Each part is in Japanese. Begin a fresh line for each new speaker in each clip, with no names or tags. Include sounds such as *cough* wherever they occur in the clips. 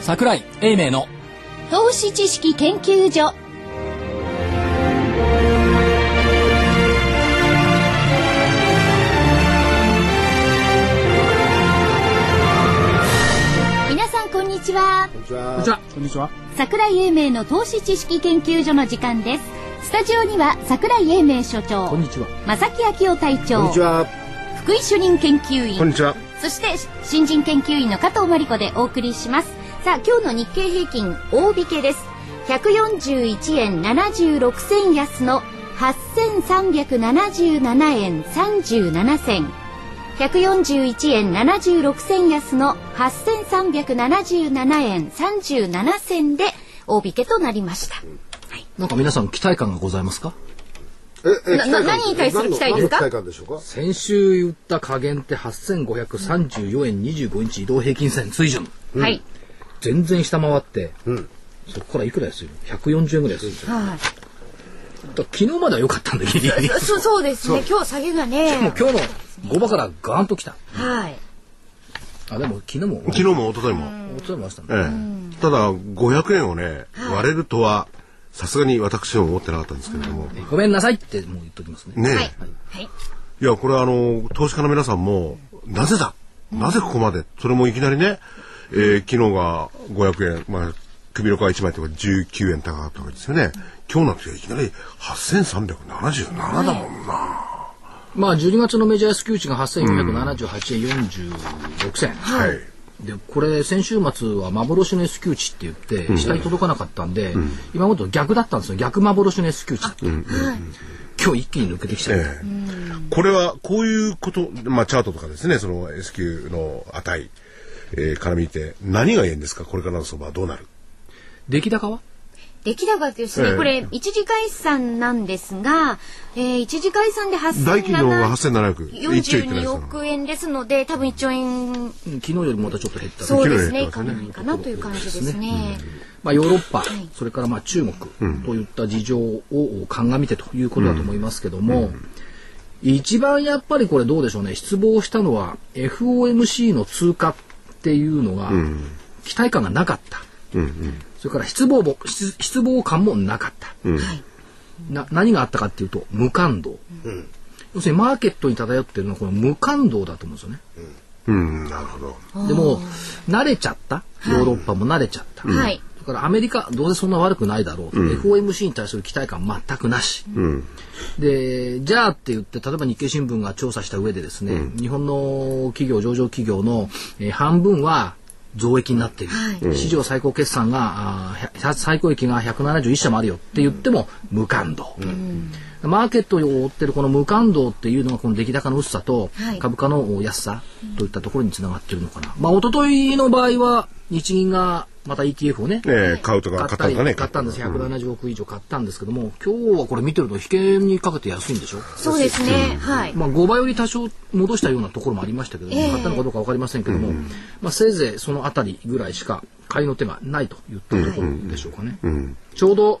桜井英明の
投資知識研究所皆さんこんにちは
こんにちは。こんにちは。
桜井英明の投資知識研究所の時間ですスタジオには桜井英明所長
こんにちは。
正木昭夫隊
こんに
長
ちは。
福井主任研究員
こんにちは。
そしてし新人研究員の加藤真理子でお送りします。さあ今日の日経平均大引けです。141円76銭安の8377円37銭。141円76銭安の8377円37銭で大引けとなりました。
なんか皆さん期待感がございますか
え、え
な
期待感
何に対する期待ですか
何の期待感でしょうか
先週言った下限って8534円25日移動平均線水準。
はい。
全然下回って、そこからいくらですよ ?140 円ぐらいですよ。
はい。
だから昨日までは良かったんだけど、ギリギリ
そうそうですね。今日下げが
も
ね
う。今日の5場からガーンと来た。
はい。
あ、でも昨日も、
昨日も一昨日も、
おとといもあしたね。
ええ、ただ500円をね、割れるとはさすがに私は思ってなかったんですけれども、
ごめんなさいってもう言っときますね。
ねえ、
はい
い、。
はい。
やこれはあの投資家の皆さんもなぜだなぜここまでそれもいきなりね、えー昨日が500円まあ首の皮1枚とか19円高かったわけですよね今日なんていきなり8377だもんな、
まあ12月のメジャー S q 値が8478円46銭。
はい、
でこれ先週末は幻の S q 値って言って下に届かなかったんで、今までと逆だったんですよ逆幻の S q 値って、今日一気に抜けてきた、
ええこれはこういうこと、まあ、チャートとかですねその S q の値、えーから見て何が言えんですかこれからの相場はどうなる
出来高は
出来高ってですね、
ええ
これ一次概算なんですが、えー、一次概算で
大企業は
8700
8700一兆いってないです
42億円ですので多分1兆円
うん昨日よりもまたちょっと減った
そうですね
いくら
い
やった
か
かね
ないかなという感じですね。
まあ、ヨーロッパ、それからまあ中国といった事情を鑑みてということだと思いますけども、一番やっぱりこれどうでしょうね失望したのは FOMC の通過っていうのが期待感がなかった、それから失望も失失望感もなかった、な何があったかっていうと無感動、要するにマーケットに漂ってるのはこの無感動だと思うんですよね。
うんなるほど
でも慣れちゃったヨーロッパも慣れちゃった、
はい。
だからアメリカどうせそんな悪くないだろうと、FOMC に対する期待感全くなし、でじゃあって言って例えば日経新聞が調査した上でですね、日本の企業上場企業の、えー半分は増益になっている、史上最高決算があーひゃ最高益が171社もあるよって言っても無感動、マーケットを覆ってるこの無感動っていうのがこの出来高の薄さと
はい
株価の安さといったところにつながってるのかな、まあ一昨日の場合は日銀がまた ETF をね、
ええ買うと
買
か買
っ
った
た
の
り
かね
買ったんです
買ったの
170億以上買ったんですけども今日はこれ見てると引けにかけて安いんでしょ
そうですね。はい。
まあ、5倍より多少戻したようなところもありましたけど、買ったのかどうか分かりませんけども、まあ、せいぜいそのあたりぐらいしか買いの手がないといったところでしょうかね。ちょうど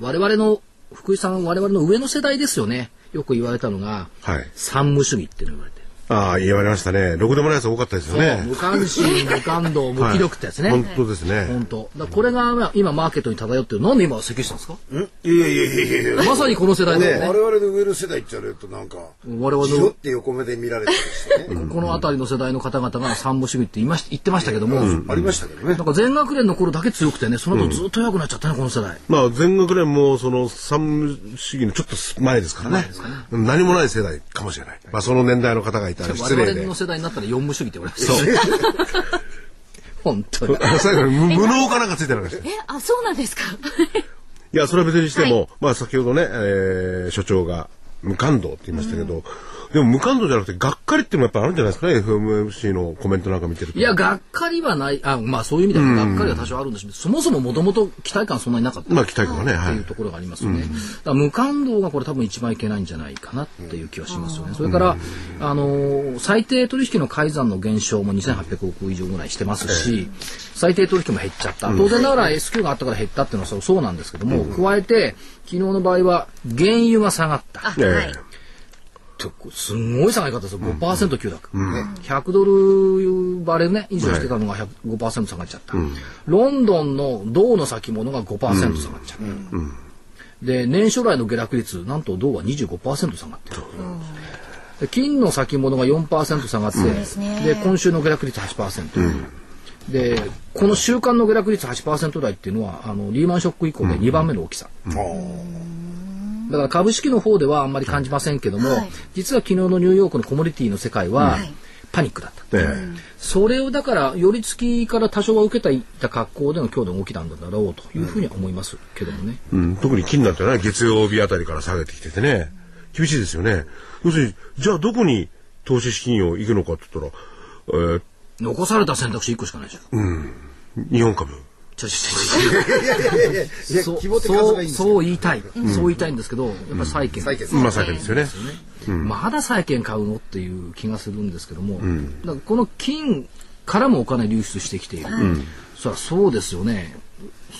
我々の福井さん我々の上の世代ですよねよく言われたのが、
はい
三無主義っていうのが言われて。
ああ言われましたねろくでもないやつ多かったですよね
無関心、無感動、無気力ってやつね。
本当ですね
本当。だからこれがまあ今マーケットに漂ってる。なんで今咳したんですか
いやいやいやいやいや。
まさにこの世代だよね。
我々の上の世代って言われるとなんか、
我々
ひよ
の
って横目で見られてるしね。
この辺りの世代の方々が三母主義って言いまし言ってましたけども、
ありましたけどね。
なんか全学年の頃だけ強くてね、その後ずっと弱くなっちゃったね、この世代。
まあ全学連もその三主義のちょっと前ですからね何もない世代かもしれない、まあその年代の方がいたら失
我
礼
々
で
の世代になったら四無主義って言われましたね。本当に。
*laughs* 最後に無無能かなんかついてるわけです
え、あ、そうなんですか。
いや、それは別にしても、まあ先ほどね、えー所長が無感動って言いましたけど、でも無感動じゃなくて、がっかりってもやっぱあるんじゃないですかね、FMC のコメントなんか見てると。
いや、がっかりはない、あ、まあそういう意味ではがっかりは多少あるんでしょうけど、そもそももともと期待感そんなになかった。
まあ期待感はね、
っ
は
て
い
いう。ところがありますよね。だから無感動がこれ多分一番いけないんじゃないかなっていう気はしますよね。それから、あのー最低取引の改ざんの減少も2800億以上ぐらいしてますし、最低取引も減っちゃった。当然ながら S q があったから減ったっていうのはそうそうなんですけども、加えて、昨日の場合は原油が下がった。
あ、はい。
とこうすんごい下がり方ですよ5%急落、100ドルバレルね以上してたのが100 5%下がっちゃった、ロンドンの銅の先物が5%下がっちゃった、で年初来の下落率なんと銅は25%下がってるで金の先物が4%下がって、で今週の下落率8%、でこの週間の下落率8%台っていうのはあのリーマンショック以降で2番目の大きさ、
あー
だから株式の方ではあんまり感じませんけども、
はい
実は昨日のニューヨークのコモディティの世界は
はい
パニックだった。
ええ
それをだから、寄り付きから多少は受けていた格好での今日の動きなんだろうというふうには思いますけどもね。
うん、特に金なんてね、月曜日あたりから下げてきててね、厳しいですよね。要するに、じゃあどこに投資資金を行くのかって言ったら、えー
残された選択肢1個しかないじゃん。
日本株。
ちょちょちょちょ
いやいやいやいや、いや
そう
希望的数がいいんですよ。
そう言いたい、そう言いたいんですけど、やっぱり債券。
債券
まあ、債券ですよね。
まだ債券買うのっていう気がするんですけども、だからこの金からもお金流出してきている、そりゃそうですよね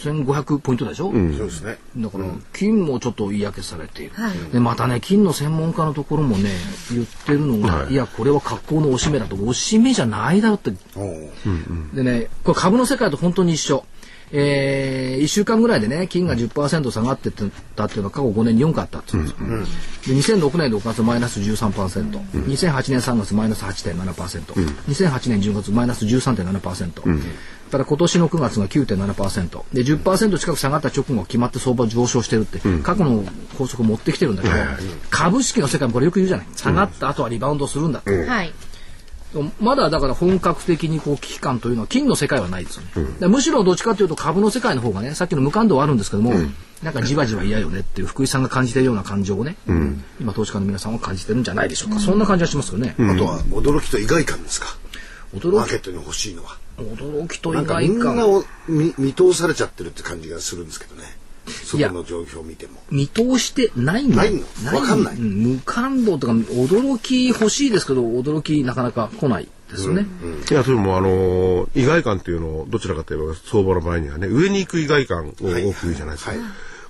1500ポイントでしょ、
そうですね。
だから金もちょっと嫌気されている、
はい
でまたね金の専門家のところもね言ってるのが、
はい
い、やこれは格好のおしめだとおしめじゃないだろうって
おー
でね、これ株の世界と本当に一緒。えー、1週間ぐらいでね、金が10%下がってったっていうのは過去5年に4回あったって言うんですよ。で、2006年6月マイナス13%、2008年3月マイナス8.7%、2008年10月マイナス13.7%、ただ今年の9月が9.7%、で、10%近く下がった直後は決まって相場上昇してるって、過去の法則を持ってきてるんだけど、株式の世界もこれよく言うじゃない。下がった後はリバウンドするんだって。
はい。
まだだから本格的にこう危機感というのは金の世界はないですよね。だからむしろどっちかというと株の世界の方がね、さっきの無感度はあるんですけども、なんかじわじわ嫌よねっていう福井さんが感じているような感情をね、今投資家の皆さんは感じてるんじゃないでしょうか。そんな感じはしますよね。
あとは驚きと意外感ですか。マ
驚
ー
き
ケットに欲しいのは。
驚きと
な
意
んか
外
みんな
感。
を見見通されちゃってるって感じがするんですけどね。
や
外の状況を見ても。
見通してないんだ
ないのわかんない
うん無感動とか驚き欲しいですけど驚きなかなか来ないですよね。
いや、それもあのー、意外感っていうのを、どちらかといえば相場の場合にはね、上に行く意外感を多く
はい
言うじゃないですか
はい。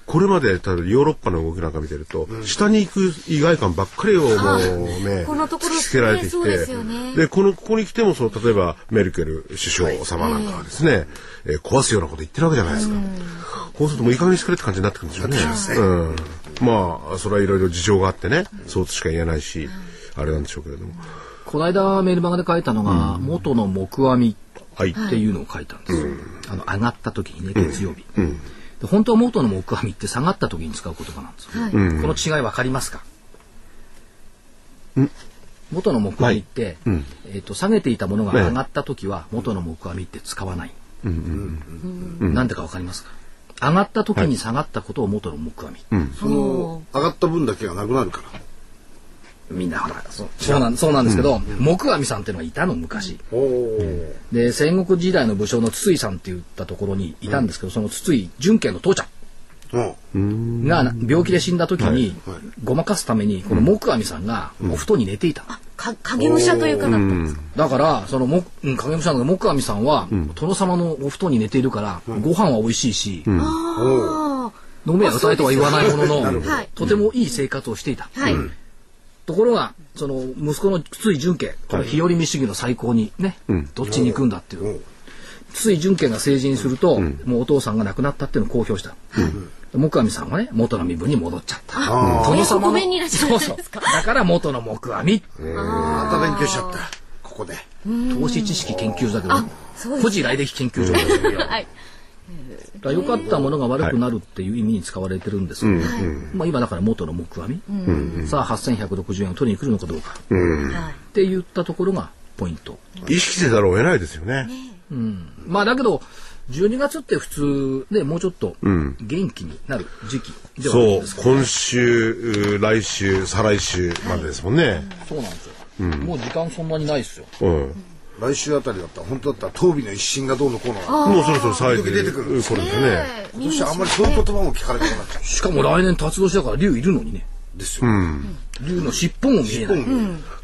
これまで、ただヨーロッパの動きなんか見てると、下に行く意外感ばっかりをもうね、
このところ
突きつけられてき
そうで
て
すよね、
で、この、ここに来ても、そう、例えばメルケル首相様なんかはですね、えー壊すようなこと言ってるわけじゃないですか。こうするともういい加減にしてくれって感じになってくるんでしょうね。うん。まあ、それはいろいろ事情があってね、そうとしか言えないし、あれなんでしょうけれども。
この間メールマガで書いたのが、元の木阿弥
はい。
っていうのを書いたんですよ、あの上がった時にね月曜日、で本当は元の木阿弥って下がった時に使う言葉なんですよ、
*laughs* はい。
この違い分かりますか、元の木阿弥って、えー、と下げていたものが上がった時は元の木阿弥って使わない、なんでか分かりますか上がった時に下がったことを元の木阿弥、
その上がった分だけがなくなるから。
みんなほらそうそうなんそうなんですけど、木阿弥さんっていうのがいたの昔、
おお。
で戦国時代の武将の筒井さんって言ったところにいたんですけど、その筒井純慶の父ちゃん
うん。
がな病気で死んだ時に
はいはい
ごまかすためにこの木阿弥さんがお布団に寝ていた、
か影武者というかだったんですか。
だからその木うん影武者の木阿弥さんは殿様のお布団に寝ているからご飯は美味しいし、
あ
飲めや歌えとは言わ *laughs* ないものの、
はい
とてもいい生活をしていた、
あ。はい。
ところがその息子の筒井純慶この日和見主義の最高にね、どっちに行くんだっていう、筒井純慶が成人すると、もうお父さんが亡くなったっていうのを公表した、木阿弥さんはね元の身分に戻っちゃった
あ
殿
親子
の
弁にいらっしゃ
そ
る
うんそう
ですか
だから元の木阿弥
また勉強しちゃった。ここで。
投資知識研究所だけど
そうです
富士来歴研究所だ
はい。
から良かったものが悪くなるっていう意味に使われてるんですよね、まあ、今だから元の木阿弥、さあ8160円を取りに来るのかどうか、って言ったところがポイント
意識せざるを得ないですよね。
まあだけど12月って普通でもうちょっと元気になる時期ではあるんで
そう
す、けど、
今週、うー来週、再来週までですもんね。
そうなんですよ、もう時間そんなにないですよ
うん。
来週あたりだったら本当だったら東美の一心がどうのこうのが。
もうそろそろ再来
時々出てくる
うんこれですよね。
今年はあんまりそういう言葉も聞かれてなかった
しかも来年辰年だから竜いるのにね
ですよ。は
竜の尻尾も見えない、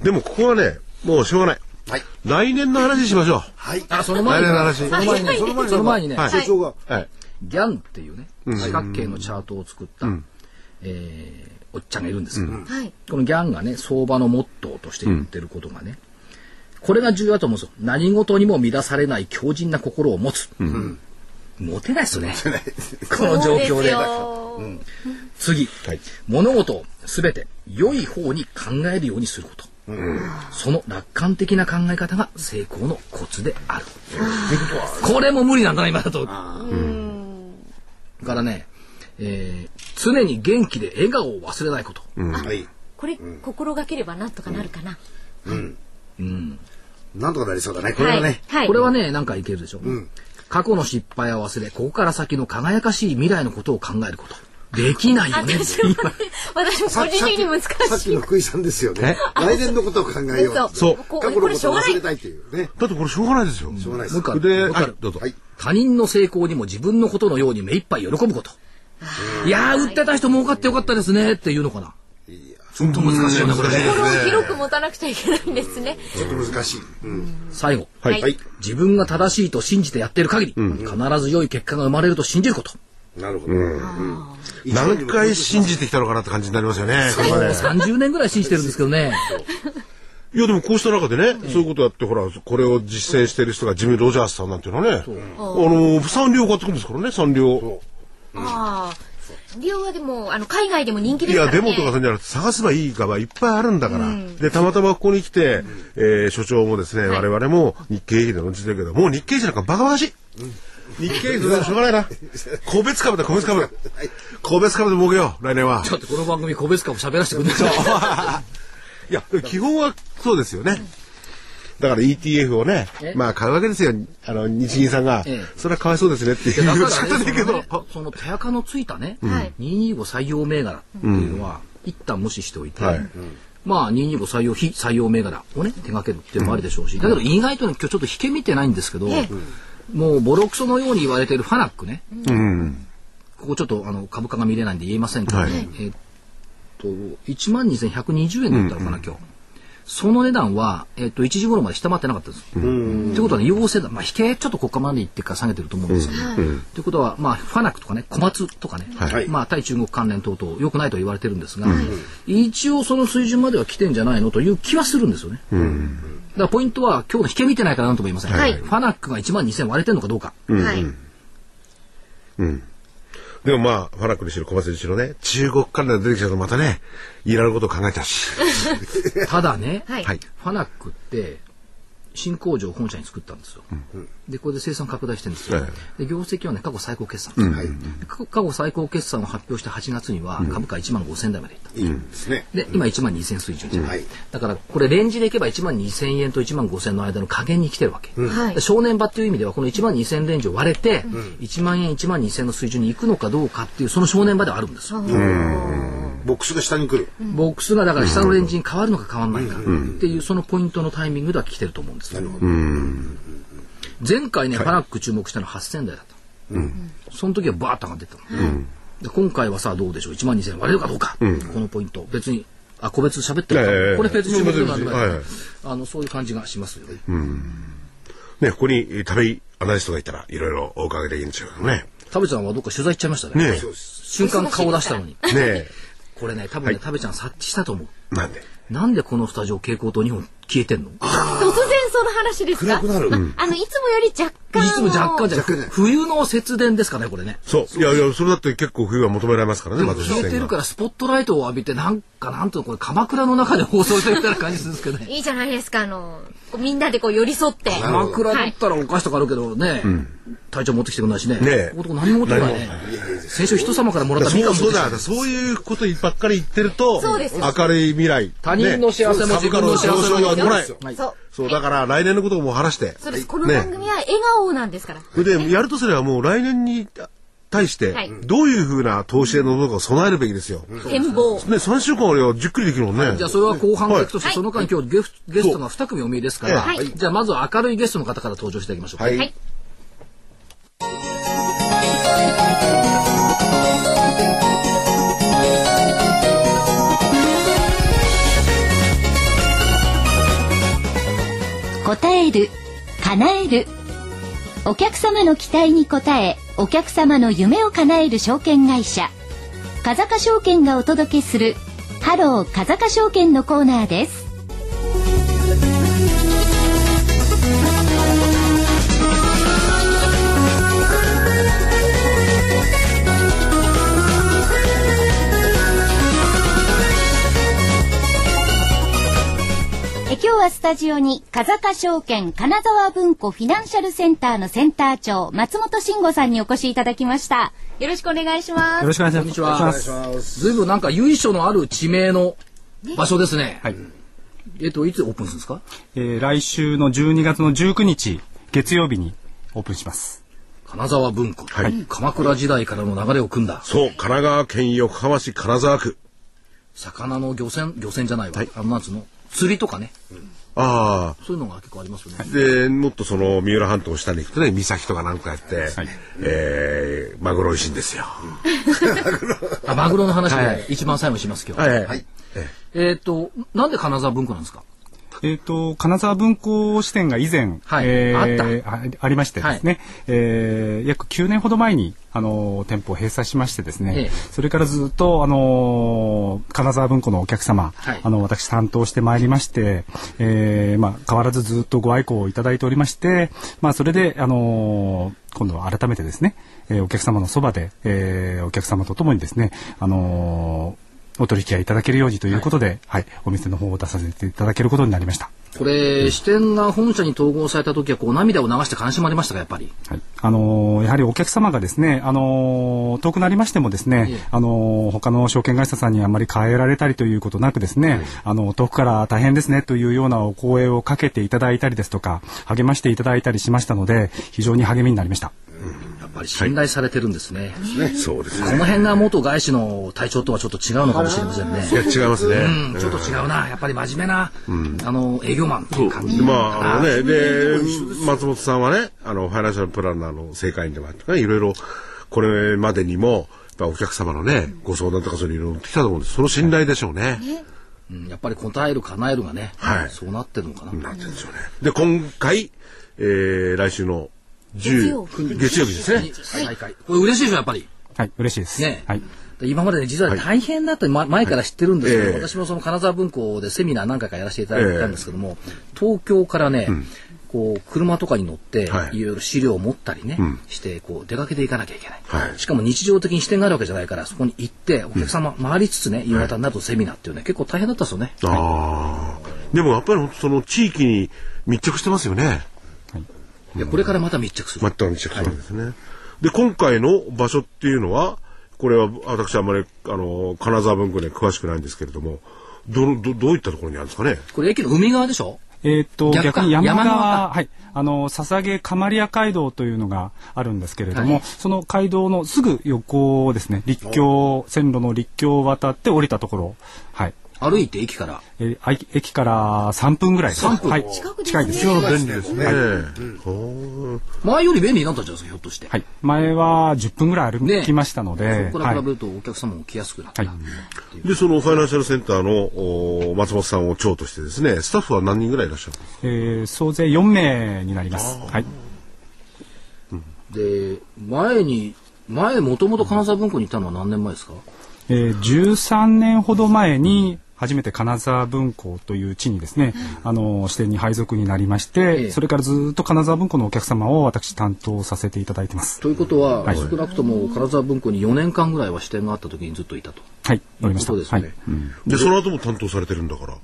でもここはね、もうしょうがない。
い。
来年の話しましょ
はい。
あその前に
来年の話
その前にね
その前に
その前にね、
はい
社長が
う。はい。
ギャンっていうね四角形のチャートを作った、えーおっちゃんがいるんですけど、
はい。
このギャンがね、相場のモットーとして言ってることがね、これが重要だと思うんですよ。何事にも乱されない強靭な心を持つ。持てないですよね。この状況で。
そうですよ
次、
はい
物事を全て良い方に考えるようにすること。その楽観的な考え方が成功のコツである。これも無理なんだな、今だと。だからね、えー常に元気で笑顔を忘れないこと。
はい。
これ、心がければなんとかなるかな。
なんとかなりそうだね。これはね。
はい。
これはね、なんかいけるでしょう、過去の失敗は忘れ、ここから先の輝かしい未来のことを考えること。できないよねって
私
言
も
い
ね
ま、
私も個
さ
人的に難し
さっきさっき
い。
の福井さんですよね。来年のことを考えようって。
そう
こ
過去
うこ
の
れ
こ
しょ
と
う
を
がない
忘れ。たいっていうね。
だってこれしょうがないですよ。
しょうがないで
向
す。
かう
で、
向か
はい
る、
どうぞ。
はい。
他人の成功にも自分のことのように目いっぱい喜ぶこと。いやー、売ってた人儲かってよかったですねっていうのかな。ちょっと難しいよね、これね。
心を広く持たなくちゃいけないんですね。
ちょっと難しい。うん。
最後。
はい。
はい。
自分が正しいと信じてやってる限り、必ず良い結果が生まれると信じること。
なるほど。うん
何回信じてきたのかなって感じになりますよね。これ
もう
はね
30年ぐらい信じてるんですけどね。
いやでもこうした中でね、そういうことやってほらこれを実践してる人がジム・ロジャースさんなんていうのはね、あの三両買ってくるんですからね三両。
ああ。リオはでも、あの、海外でも人気で
い
すか
や
らね。
デモとかそういうんじゃなくて探せばいい側いっぱいあるんだから。でたまたまここに来て、えー所長もですね、我々も日経平均の時代けどもう日経平均なんかバカバカしい。日経平均なんかしょうがないな。個別株だ個別株だ。個別株で儲けよう来年は。
ちょっとこの番組個別株喋らせてくれないと。
いや、でも基本はそうですよね。だから ETF をね
え、
まあ買うわけですよ。あの、日銀さんが
ええ、
それはかわ *laughs* いそうですねっていう
だ
言
か
い方
ら
だ
ね、
け
その
ど
ね。その手垢のついたね、
はい
225採用銘柄っていうのは、一旦無視しておいて、
はい
まあ225採用非採用銘柄をね手掛けるっていうのもありでしょうし、だけど意外とね今日ちょっと引け見てないんですけど、もうボロクソのように言われてるファナックね、
うん。
ここちょっとあの株価が見れないんで言えませんけどね、
はい
えっと1万2120円だったのかな、今日。その値段は、えっと、1時頃まで下回ってなかったんです。ってことはね、陽性だ。まあ、引け、ちょっとここまで行ってから下げてると思うんですけど、ということは、まあ、ファナックとかね、小松とかね、
はい
まあ、対中国関連等々、良くないと言われてるんですが、一応その水準までは来てんじゃないのという気はするんですよね。だからポイントは、今日の引け見てないからなんとも言いません。
はい
ファナックが1万2000割れてるのかどうか。
はい。
でもまあ、ファラックにしろ、小松にしろね、中国関連が出てきちゃうとまたね、いろいろなことを考えちゃうし。
ただね、
はい
はい。
ファナックって新工場を本社に作ったんですよ。でこれで生産拡大してるんですよ
え。
で業績はね過去最高決算、過過去最高決算を発表した8月には株価1万5000台までいった。
いいですね。
で今1万2000水準じゃない、
うん
だからこれレンジでいけば1万2000円と1万5000の間の加減に来てるわけ、
はい
で正念場っていう意味ではこの1万2000レンジを割れて、1万円1万2000の水準に行くのかどうかっていうその正念場ではあるんですよ、
ボックスが下に来る。
ボックスがだから下のレンジに変わるのか変わらないかっていうそのポイントのタイミングでは来てると思うんですよ前回ね、パナック注目したのは8000台だった、その時はバーッと上がってったの、で今回はさどうでしょう1万2000円割れるかどうか、このポイント別にあ個別喋ってるから、
ええ
これ別に注目なんで、
はいはい
あのそういう感じがしますよね、
ね、ここにえー旅アナリストがいたら、いろいろお伺いできるんでしょうけどね。
タベちゃんはどっか取材行っちゃいましたね
ね
瞬間顔出したのに
え。ね
これね多分ね、タベちゃん察知したと思う
え。なんで。
なんでこのスタジオ蛍光灯2本消えてんの
突然その話ですか
暗くなる。
あの、いつもより若干。
実も若干じゃなく
若干じゃない
冬の節電ですかねこれね
そう。いやいや、それだって結構冬は求められますからね、私
消えてるからスポットライトを浴びてなんかなんとこれ鎌倉の中で放送してるみたいな感じするんですけどね
いいじゃないですか、あの、こうみんなでこう寄り添って。
鎌倉だったらお菓子とかあるけどね、体調持ってきてくんないしね
ねえ
ここのとこ何も持ってこないね先週人様からもらったみか
そ
ん持っ
うそう
てき
だ
て、
そういうことばっかり言ってると、
そうですよ
明るい未来。
他人の幸せも自分の幸せも
ね上昇が来ない
はい
そう。
そう、だから来年のことも話して。
そうです。この番組は笑顔なんですから。
それで、やるとすればもう来年に対して
はい、
どういうふうな投資へののかを備えるべきですよ。ね、
展望。
3週間あればじっくりできるもんね。
じゃあそれは後半の
はい
軸としてその間今日ゲスゲストが2組お見えですから、
はい
じゃあまずは明るいゲストの方から登場していただきましょうか、
はい
はい。
答える叶えるお客様の期待に応えお客様の夢を叶える証券会社風賀証券がお届けするハロー風賀証券のコーナーですえ今日はスタジオに風賀証券金沢文庫フィナンシャルセンターのセンター長松本慎吾さんにお越しいただきましたよろしくお願いします
よろしくお願いします。こん
にちは。ずいぶんなんか由緒のある地名の場所ですね。
はい。
えっと、いつオープンするんですか
えー来週の12月の19日、月曜日にオープンします。
金沢文庫。鎌倉時代からの流れを組んだ。
そう、神奈川県横浜市金沢区。
魚の漁船、漁船じゃないわ。あの、なんつうの釣りとかね。
ああ。
そういうのが結構ありますよね。
で、もっとその、三浦半島を下に行くとね、岬とかなんかやって、
はい
えー、マグロ美味しいんですよ。
あ、マグロの話で一番最後にしますけど。
はい。
えっと、なんで金沢文庫なんですか
えっ、と、金沢文庫支店が以前、
はい
え
あっ
あありましてですね、えー約9年ほど前に、あのー店舗を閉鎖しましてですね、
ええ
それからずっと、あのー金沢文庫のお客様、
はい
あの、私担当してまいりまして、えーまあ、変わらずずっとご愛顧をいただいておりまして、まあ、それで、あのー今度は改めてですね、えーお客様のそばで、えーお客様とともにですね、あのーお取引がいただけるようにということで、はい、お店の方を出させていただけることになりました。
これ、支店が本社に統合された時は、こう、涙を流して悲しまれましたか、やっぱり。
はい、あのーやはりお客様がですね、あのー遠くなりましてもですね、
ええ
あのー他の証券会社さんにあまり変えられたりということなくですね、あの遠くから大変ですねというようなお声をかけていただいたりですとか、励ましていただいたりしましたので、非常に励みになりました。
やっぱり信頼されてるんですね。
そうです
こ
ね。
の辺が元外資の体調とはちょっと違うのかもしれませんね。
いや、違いますね。
うん、ちょっと違うな。やっぱり真面目な、あの、営業マンっていう感じ。
でまあ、あのね、で、松本さんはね、あの、ファイナンシャルプランナーの正会員でもあってね、いろいろ、これまでにも、やっぱお客様のね、ご相談とかそういうのをってきたと思うんです。その信頼でしょうね。
うんやっぱり答える、叶えるがね、
はい
そうなってるのかな。
なってるんでしょうね。で、今回、えー、来週の10、月曜日ですね。
大会。これ嬉しいでしょ、やっぱり。
はい、嬉しいです。
ね
はい。
今までね、実は大変だって、ま前から知ってるんですけど、
ええ
私もその金沢文庫でセミナー何回かやらせていただいたんですけども、東京からね、こう車とかに乗って、
はい
いろいろ資料を持ったりね、してこう出かけていかなきゃいけない,、
はい
しかも日常的に視点があるわけじゃないから、そこに行って、お客様回りつつね、夕方になるとセミナーっていうね、結構大変だったですよね。
ああ。でもやっぱり本当その地域に密着してますよね。
でこれからまた密着する。
全く密着してるんですね。で、今回の場所っていうのは、これは私はあまり、あの、金沢文庫で詳しくないんですけれども、どの、ど、どういったところにあるんですかね。
これ駅の海側でしょ
えーっと、
逆か
逆に山
山側
側、
か
はい、あの、捧げマリア街道というのがあるんですけれども、
はい
その街道のすぐ横をですね、立橋、線路の立橋を渡って降りたところ、はい、
歩いて駅から。
えーあい駅から3分ぐらいです。
3分
はい、
近くですね
近いです。
便利ですね。
前より便利になったんじゃないですか、ひょっとして。
はい、前は10分ぐらい歩
ね
きましたので、
ここか
は
ら比べ
い、
るとお客様も来やすくなった。
はい
で、そのファイナンシャルセンターのお松本さんを長としてですね、スタッフは何人ぐらいいらっしゃるんですか
えー総勢4名になります。はい、
で前に前もともと金沢文庫にいたのは何年前ですか
えー13年ほど前に初めて金沢文庫という地にですね、あの支店に配属になりまして、
ええ
それからずっと金沢文庫のお客様を私担当させていただいてます。
ということは、
はい
少なくとも金沢文庫に4年間ぐらいは支店があった時にずっといたと
はい、おりました。
そうですよね、
はい、
で、その後も担当されてるんだから、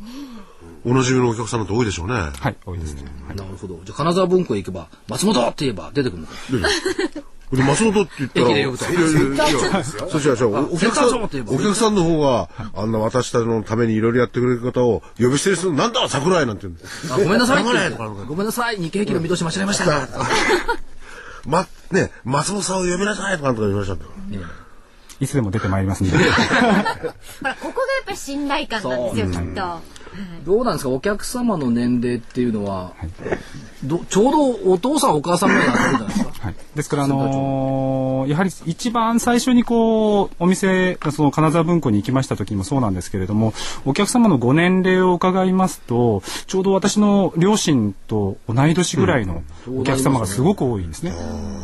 おなじみのお客様って多いでしょうね。
はい、多いですね。はい
なるほどじゃあ金沢文庫へ行けば松本って言えば出てくるのか
で、松本って言ったら、
駅で呼ぶと
いやいやいやそしたらそうおお客さん、
センター長って言えば
お客さんの方が、あんな私たちのためにいろいろやってくれる方を呼び捨てにするなんだ桜井なんて言うんです。
あごめんなさいって言っ
黙れ
てごめんなさい日経平均の見通し間違えました、
ま、ね、松本さんを呼びなさいとかなんとか言われちゃったから。
いつでも出てまいります
*laughs*
んで。
ほらここがやっぱり信頼感なんですよ、きっと。
どうなんですかお客様の年齢っていうのは、どちょうどお父さんお母さんぐらいになってるんじゃないですか
はい、ですから、あのーのやはり一番最初にこうお店その金沢文庫に行きました時にもそうなんですけれどもお客様のご年齢を伺いますとちょうど私の両親と同い年ぐらいのお客様がすごく多いんですね。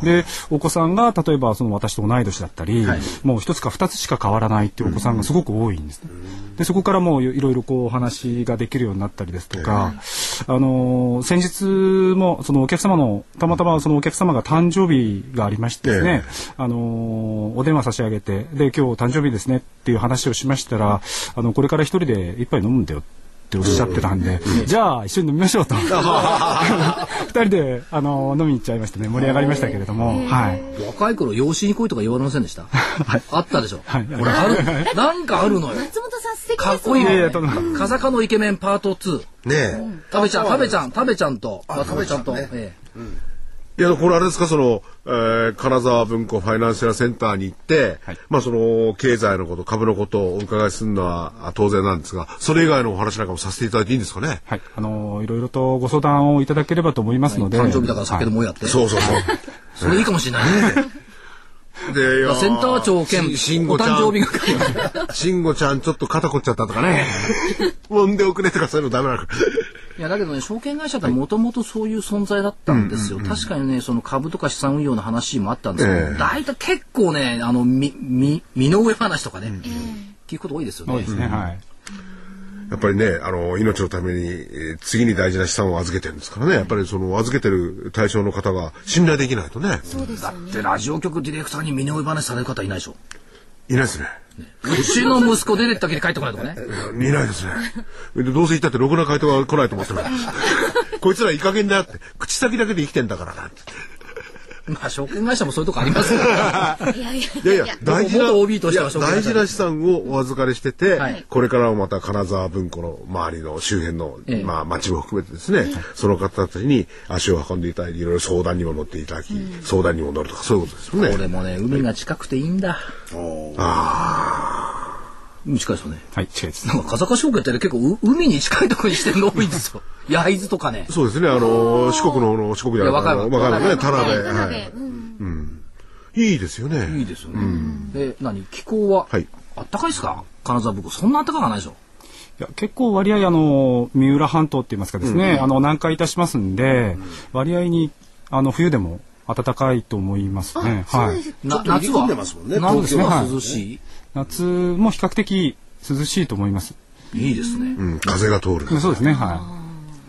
でお子さんが例えばその私と同い年だったり、もう一つか二つしか変わらないっていうお子さんがすごく多いんですね。でそこからもういろいろこうお話ができるようになったりですとか、あのー先日もそのお客様のたまたまそのお客様が誕生日がありましてですね、あのーお電話差し上げてで今日誕生日ですねっていう話をしましたら、あのこれから一人で一杯飲むんだよ。っておっしゃってたんで、じゃあ一緒に飲みましょう *laughs* と二人であのー飲みに行っちゃいましたね盛り上がりましたけれども、はい、
若い頃養子に来いとか言われませんでした、あったでしょ、
はい
これあるなんかあるのよ
松本さん素敵
か
で
っ
す
こい
ね
い
いやい
ね
やとんでも
カサカのイケメンパート2
ねえ。
食べちゃん食べちゃん食べちゃんと食べちゃんと、
食べちゃん
ええ
いや、これあれですか、その、えー金沢文庫ファイナンシャルセンターに行って、まあその、経済のこと、株のことをお伺いするのはあ当然なんですが、それ以外のお話なんかもさせていただいていいんです
*laughs*
かね。
はい、あのーいろいろとご相談をいただければと思いますので、
誕生日だから酒でも
はい
やって、
そうそうそう。
それいいかもしれない
で、いや
センター長兼
し慎吾
お
ちゃ
誕
ん。
生日係
慎吾ちゃん、ちょっと肩こっちゃったとか *laughs* ね。揉んでおくれとかそういうのダメなのか。
いやだけどね証券会社ってもともとそういう存在だったんですよ、確かにねその株とか資産運用の話もあったんですけど、
ええ
大体結構ねあのみみ身の上話とかね、っていうこと多いですよね。
そうですね、はい。
*laughs* やっぱりね、あの、命のために、えー次に大事な資産を預けてるんですからね。やっぱりその、預けてる対象の方が信頼できないとね。
だってラジオ局ディレクターに身の上話される方いないでしょ
いないですね。
うちの息子出てったけに帰ってこないとかね
いないですね。でどうせ行ったってろくな回答が来ないと思ってる。こいつらいい加減だよって。口先だけで生きてんだからなって。
*laughs* まあ証券会社もそういうとこありますから
いやいや
いやいや、大事な、
元 OB としてはい
や
紹介
大
さ
事
れた
な資産をお預かりしてて、
はい
これからはまた金沢文庫の周りの周辺の、
ええ
まあ町も含めてですね、その方たちに足を運んでいただいて、いろいろ相談にも乗っていただき、相談にも乗るとか、そういうことですよね。
*laughs* 俺もね海が近くていいんだ海近いですよね
はい、近いです。
なんか風賀証券ってね結構う海に近いところにしてるの多いんです *laughs* よ焼津とかね
そうですね、あの、四国の、あの四国じゃな
いや
いの
若い
若いの
若
ね、田
い
辺。
田辺
はい
うん
いいですよね。
いいですよね、で何気候は、
はい
あったかいですか金沢僕そんなあったかくはないでしょ
いや結構割合あの三浦半島って言いますかですね、あの南下いたしますんで、割合にあの冬でも暖かいと思いますね。は
そうで。
い
す
な
ちょっと入り組んでますもんね
夏は
東京は
夏は涼しい、
夏も比較的涼しいと思います。
いいですね、
うん、風が通る。
そうですね。は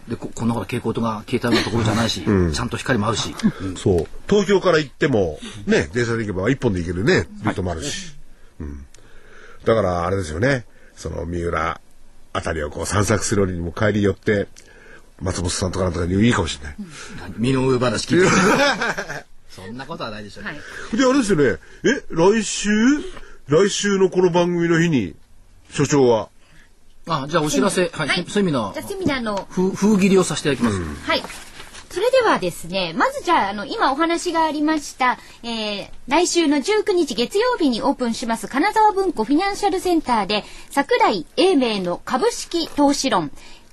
でここんなほら蛍光灯が消えたようなところじゃないし、ちゃんと光も合うし
そう。東京から行っても、ね、電車で行けば一本で行けるね、ルートもあるし。うん。だから、あれですよね。その、三浦あたりをこう散策するよりも帰り寄って、松本さんとかなんとかにいいかもしれない。
身の上話聞いて *laughs* そんなことはないでしょう、
はい
で、あれですよね。え、来週来週のこの番組の日に、所長は、
あじゃあお知らせ、はい
はい
セミナ
じゃあ
ー
セミナーの
ふ風切りをさせていただきます、
はい。それではですね、まずじゃあ、あの、今お話がありました、えー、来週の19日月曜日にオープンします、金沢文庫フィナンシャルセンターで、桜井英明の株式投資論。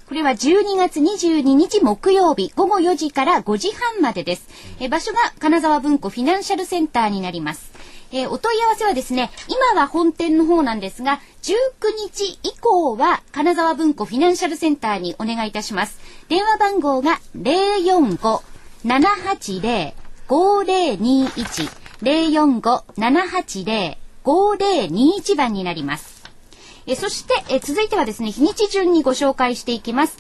これは12月22日木曜日午後4時から5時半までです。えー場所が金沢文庫フィナンシャルセンターになります。えーお問い合わせはですね、今は本店の方なんですが、19日以降は金沢文庫フィナンシャルセンターにお願いいたします。電話番号が045-780-5021、045-780-5021番になります。えーそして、えー続いてはですね、日にち順にご紹介していきます。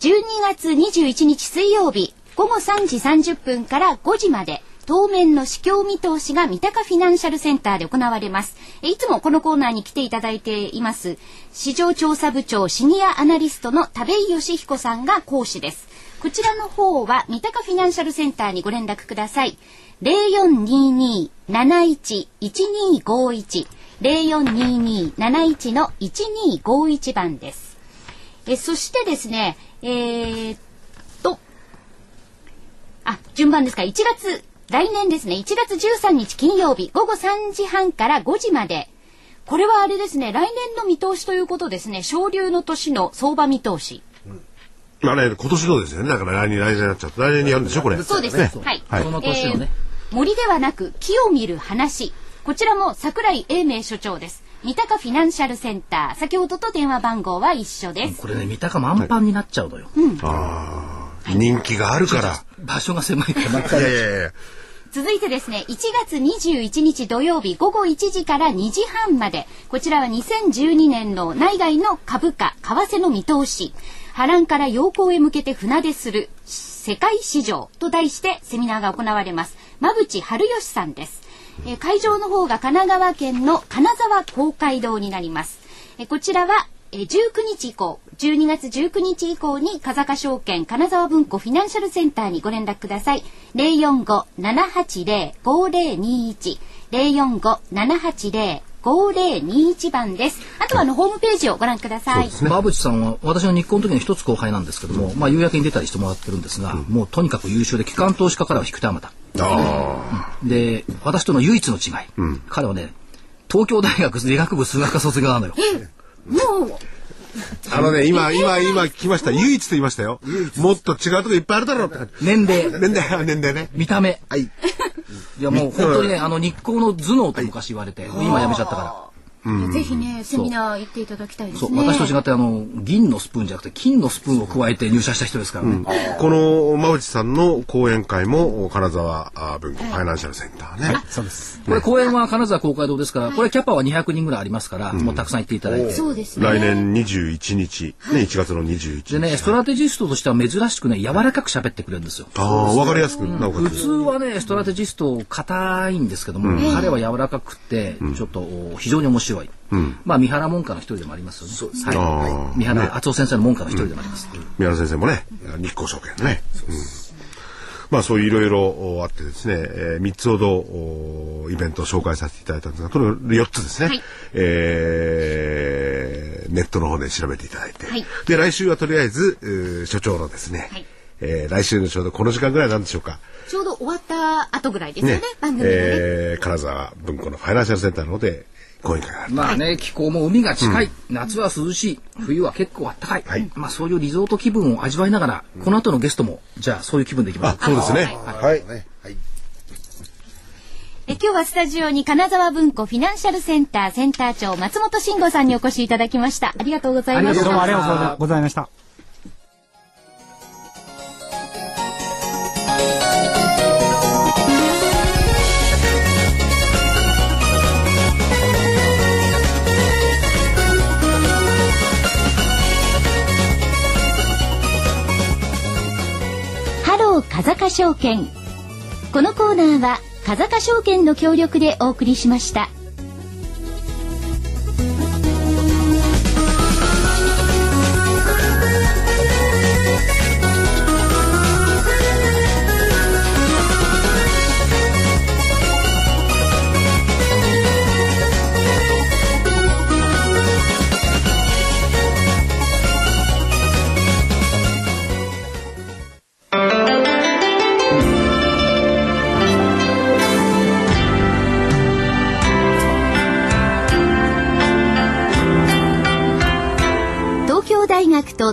12月21日水曜日、午後3時30分から5時まで、当面の市況見通しが三鷹フィナンシャルセンターで行われます。えーいつもこのコーナーに来ていただいています、市場調査部長シニアアナリストの田部井義彦さんが講師です。こちらの方は三鷹フィナンシャルセンターにご連絡ください。0422-71-1251 0422-71の1251番です。えそしてですね、えー、っと、あ、順番ですか。1月、来年ですね。1月13日金曜日、午後3時半から5時まで。これはあれですね、来年の見通しということですね。昇流の年の相場見通し。
まあね、今年のですよね。だから来年、来年になっちゃって、来年にやるんでしょ、これ。
そうです。はい。
その年のね
えー森ではなく木を見る話。こちらも桜井英明所長です。三鷹フィナンシャルセンター。先ほどと電話番号は一緒です。
これね、三鷹満帆になっちゃうのよ。
人気があるから。
場所が狭いから、
いやいやいや。
続いてですね、1月21日土曜日午後1時から2時半まで、こちらは2012年の内外の株価、為替の見通し、波乱から陽光へ向けて船出する世界市場と題してセミナーが行われます。馬淵春吉さんです。えー会場の方が神奈川県の金沢公会堂になります。えーこちらはえー19日以降、12月19日以降に風賀証券金沢文庫フィナンシャルセンターにご連絡ください。045-780-5021。045-780-5021番です。あとはあの、ホームページをご覧ください。
馬淵さんは私の日光の時の一つ後輩なんですけども、まあ、夕焼けに出たりしてもらってるんですが、もうとにかく優秀で機関投資家からは引く手あまたで私との唯一の違い、彼はね東京大学理学部数学科卒業なのよ
あのね、今、今、今、聞きました。唯一と言いましたよ。もっと違うとこいっぱいあるだろうって。
年齢
年代、年代ね。
見た目
はい。い
*laughs* いやもう本当にねあの日光の頭脳と昔言われて、今やめちゃったから
ぜひね、セミナー行っていただきたいで
そう、私と違ってあの銀のスプーンじゃなくて金のスプーンを加えて入社した人ですからね、
この馬淵さんの講演会も金沢あ文庫ファイナンシャルセンターね。
そうです。
これ公演は金沢公会堂ですから、これキャパは200人ぐらいありますから、もうたくさん行っていただいて
そうですね。
来年21日、ね、1月の21日。
でね、ストラテジストとしては珍しくね、柔らかく喋ってくれるんですよ。
ああ、わかりやすく、なおか
普
つ。
通はね、ストラテジスト、硬いんですけども、彼は柔らかくて、ちょっとお非常に面白い。まあ、三原門下の一人でもありますよね。そうです
あ
は
あ
い。三原敦夫先生の門下の一人でもあります。
宮野先生もね、日光証券ね。うんまあそういういろいろあってですね、えー、3つほどおイベントを紹介させていただいたんですが、とにかく4つですね、えーネットの方で調べていただいて、
はい
で、来週はとりあえず、えー所長のですね、
はい
えー来週のちょうどこの時間ぐらいなんでしょうか、
ちょうど終わった後ぐらいですよね、番組のね。
えー金沢文庫のファイナンシャルセンターの方で講演会がある。
まあね、気候も海が近い、夏は涼しい、冬は結構暖かい。まあ、そういうリゾート気分を味わいながら、この後のゲストも、じゃあそういう気分でいきましょう
あ、。そうですね。
はい。ねはい。
え今日はスタジオに金沢文庫フィナンシャルセンターセンター長松本慎吾さんにお越しいただきました。ありがとうございま
あり
し
が
ど
とう
た。
うもありがとうございました。
ハロー風賀証券。このコーナーは風賀証券の協力でお送りしました。東京大学と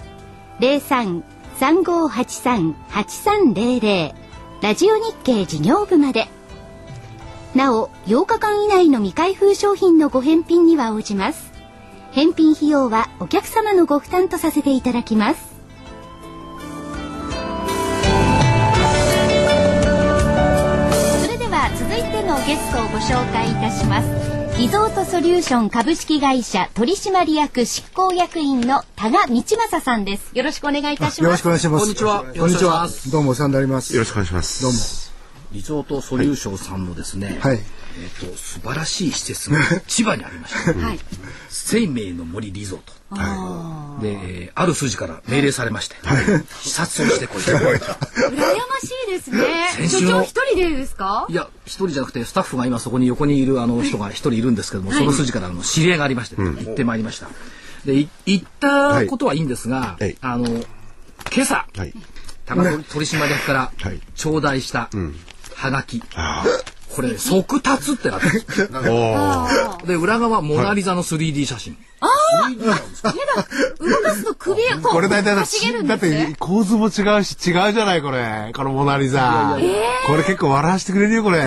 03-3583-8300ラジオ日経事業部まで。なお、8日間以内の未開封商品のご返品には応じます。
返品費用はお客様のご負担とさせていただきます。それでは続いてのゲストをご紹介いたしますリゾートソリューション株式会社取締役執行役員の多賀道正さんですよろしくお願いいたし
よろ
ま
し
す
くお願いします。
こんにちは
こんにち
よろしくお願い
は
しま。
どうもお世話になります。
よろしくお願いします。
どうも。
リゾートソリューションさんのですね、
はい
えっ、と素晴らしい施設が千葉にありまし
*laughs*
た。
はい
生命の森リゾート。で、えーある筋から命令されまして、視察をしてこいと。
羨ましいですね
先
所
週
長
の
一人でですか *laughs*
いや、一人じゃなくて、スタッフが今そこに横にいるあの人が一人いるんですけども、その筋からあの知り合いがありまして、行ってまいりました。で、い行ったことはいいんですが、
はい
あの、今朝、
はい。
高取取締役から
はい
頂戴したハガキ。
あ
これ、即達ってなってるんですよ
あ。おー
で、裏側、モナリザの 3D 写真。
動かすと首を *laughs* こう
これ大体だ
しげるん
だ
で
っ
すね
て構図も違うし、違うじゃないこれ。このモナリザ。これ結構笑わせてくれるよ、これ。
は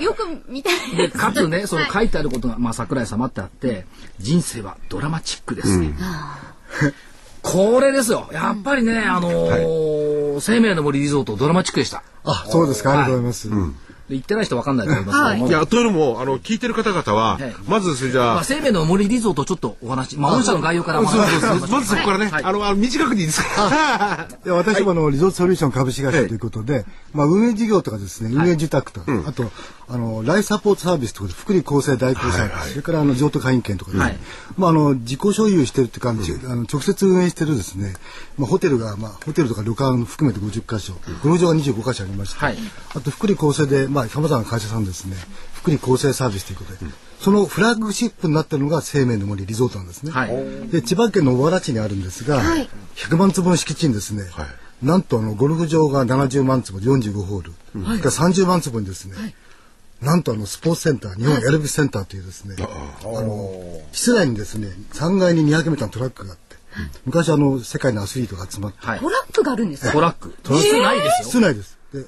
いよく見たい
で、
です
*laughs* かつね、その書いてあることが、まあ、桜井様ってあって、人生はドラマチックですね。 *laughs* これですよ。やっぱりね、あのー生命の森リゾート、ドラマチックでした。
あ、そうですか。ありがとうございます。
で行ってない人わかんないと思いますけども
いや、というのも、あの、聞いてる方々
は
は
い、
まず、それじ
ま
ゃあ
あ、、生命の森リゾートをちょっとお話、まあ、御社の概要からお話
そ
し
うそうそうまずそこからね、
はい
あの、あの短くでいいですか。
で私もあのリゾートソリューション株式会社ということで、まあ運営事業とかですね、運営受託とか、あとあのライフサポートサービスとかで福利厚生代行サービス、それからあの譲渡会員権とかですね、
はい
まああの自己所有してるって感じ、あの直接運営してるですね、まあホテルがまあホテルとか旅館含めて50箇所、ゴルフ場が25箇所ありまして、
はい
あと福利厚生でまあ様々な会社さんですね、福利厚生サービスということで、そのフラッグシップになってるのが生命の森リゾートなんですね。
はい
で千葉県の小原市にあるんですが、100万坪の敷地にですね、なんとあのゴルフ場が70万坪で45ホール、それから30万坪にですね、なんとあのスポーツセンター日本エルビスセンターというですね、あの室内にですね3階に200メーターのトラックがあって、昔あの世界のアスリートが集まって、
はい
トラックがあるんです
トラック
トラック
室内です
室
よ
内です。で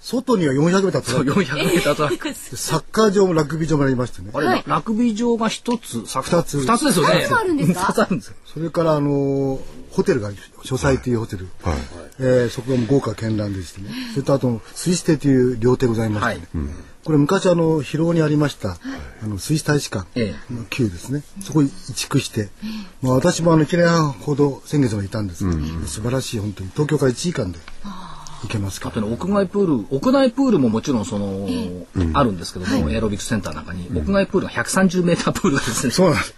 外には400メーターのトラック
400メータートラック
でサッカー場もラグビー場もありましてね
あれ、ラグビー場が一つさ
二つ
二つですよね
二つもあるんですか
二つあるんですよ
それからあのホテルがあり書斎というホテル、
はい
えーそこも豪華絢爛でしてね、それとあとスイス亭という料亭ございまして、ね
はい
これ昔あの広尾にありました、あのスイス大使館
え
の旧ですね、そこに移築して、まあ、私もあの1年半ほど先月もいたんですけど、素晴らしい本当に東京から1時間で行けますか
あ
ら
とね、屋外プール、屋内プールももちろんその、あるんですけども、エアロビクスセンターの中に、屋外プールが130メータープールがですね、
そうなんです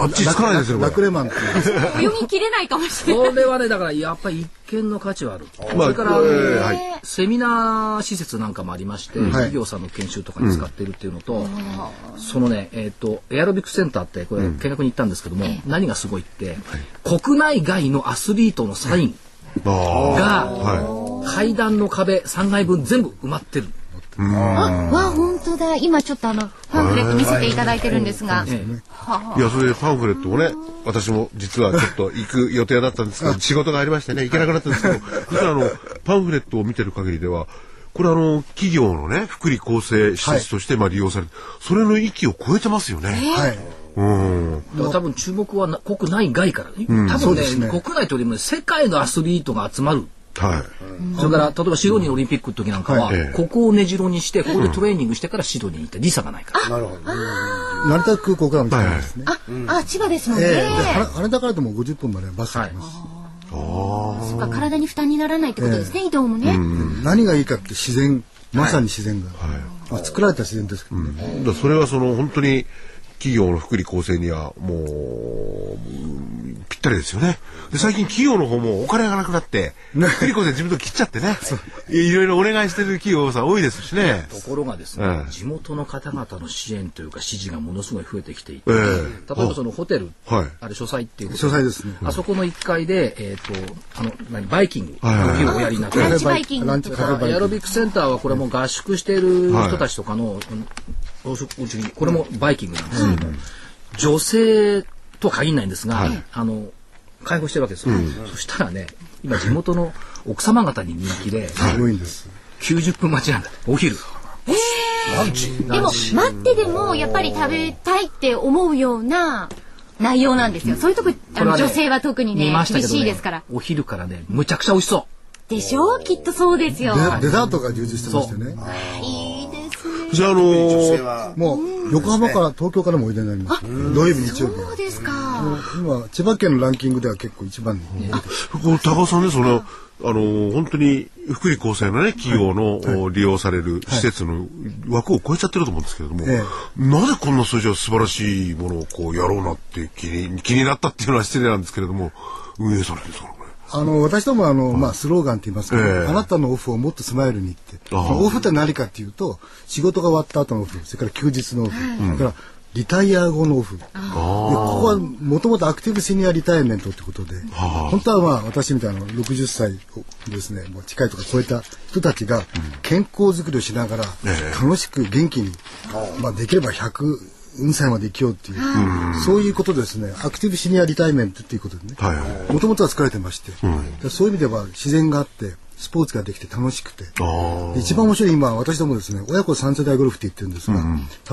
あっちつかないですよ、
ラ
こ
ク
れ。
レマンっていう
読み切れないかもしれない
これはね、だからやっぱり一見の価値はある。
まあ
それから、あの
えーはい
セミナー施設なんかもありまして、企業さんの研修とかに使っているっていうのと、そのね、えっ、と、エアロビクスセンターって、これ見学に行ったんですけども、何がすごいって、国内外のアスリートのサイン
あ
が、
あ。は
階段の壁3階分全部埋まってる。
あ、わあ、本当だ。今ちょっとあの、パンフレット見せていただいてるんですが。
ええ
い。いや、それでパンフレットもね、私も実はちょっと行く予定だったんですけど、仕事がありましてね、行けなくなったんですけど、実はあの、パンフレットを見てる限りでは、これあの、企業のね、福利厚生施設としてまあ利用されて、それの域を超えてますよね。
はい
うん。
だから多分注目はな国内外から、ね多
そう
分
です
ね
ね
国内というよりもね世界のアスリートが集まる。
はい。
それから、例えばシドニーオリンピックの時なんかは、
はいええ
ここを根城にして、ここでトレーニングしてからシドニーに行って、時差がないから。
成田空港からも近いですね、
あ、あ、千葉ですもん
え
ね。
えで羽羽田からでも50分までバスがありますし、
そっか、体に負担にならないってことですね、移動もね。
何がいいかって自然まさに自然が、まあ、作られた自然ですけどね、
だからそれはその本当に企業の福利厚生にはもううんぴったりですよね。で最近企業の方もお金がなくなって福利厚生自分と切っちゃってね。いろいろお願いしてる企業さん多いですしね。
ところがですね、
ええ
地元の方々の支援というか支持がものすごい増えてきていて、
ええ
例えばそのホテル、
はい
あれ書斎っていうこと
書斎ですね
あそこの1階で、えっ、と、あの、何、バイキング、
はいはいはい
の日をおやりになって、
ランチバイキングと
ランチバイ
か。
キング
エアロビクセンターはこれも合宿している人たちとかの、お食お食事これもバイキングなんですけども、女性とは限らないんですが、あの開放してるわけですよ、そしたらね今地元の奥様方に人気で
多いんです
90分待ちなんだお昼
でも、待ってでも、やっぱり食べたいって思うような、
内容なんですよ。そういうとこ、あ
これ
の
はね
女性は特にね、
見ました
厳
けど
しい
ね
ですから。
お昼からね、むちゃくちゃ美味しそ
でしょうきっとそうですよ。
デザートが充実してましてね。
いいですね。
じゃあ、あの
女性
ー、
は
もう横浜から東京からもおいでになります。土曜日日曜日は
そうですか。
今千葉県のランキングでは結構一番に。
この高尾さんね、その、あのー、本当に福利厚生のね、企業の、お利用される施設の枠を超えちゃってると思うんですけれども、
え
なぜこんな数字は素晴らしいものをこうやろうなって気に気になったっていうのは失礼なんですけれども、運営されるんですかね、これ。
あの私どもはあの、まあ、スローガンって言いますけど、
ええ
あなたのオフをもっとスマイルにって
ああ
まあオフって何かっていうと仕事が終わった後のオフそれから休日のオフ、それからリタイア後のオフでここはもともとアクティブシニアリタイメントってことで本当は、まあ、私みたいなあの60歳をですねもう近いとか超えた人たちが健康づくりをしながら、楽しく元気に、まあ、できれば100歳まで生きようっていう、そういうことですねアクティブシニアリタイメントっていうことでね、
はいはい。
もともとは疲れてまして、そういう意味では自然があってスポーツができて楽しくて
あー
で一番面白い今私どもですね親子三世代ゴルフって言ってるんですが、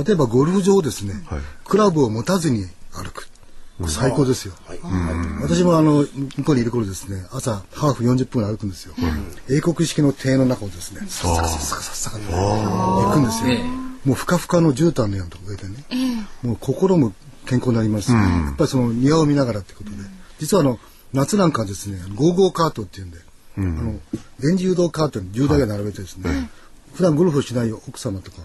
例えばゴルフ場をですね、
はい
クラブを持たずに歩くこれ最高ですよ、私もあの向こうにいる頃ですね朝ハーフ40分歩くんですよ、英国式の庭園の中をですねさっさかさっさかさっさかって行くんですよ、もうふかふかの絨毯のようなところでね、もう心も健康になります、やっぱりその庭を見ながらってことで、実はあの夏なんかはですねゴーゴーカートっていうんで、あの電磁誘導カートに10台ぐらい並べてですね、普段ゴルフをしない奥様とか、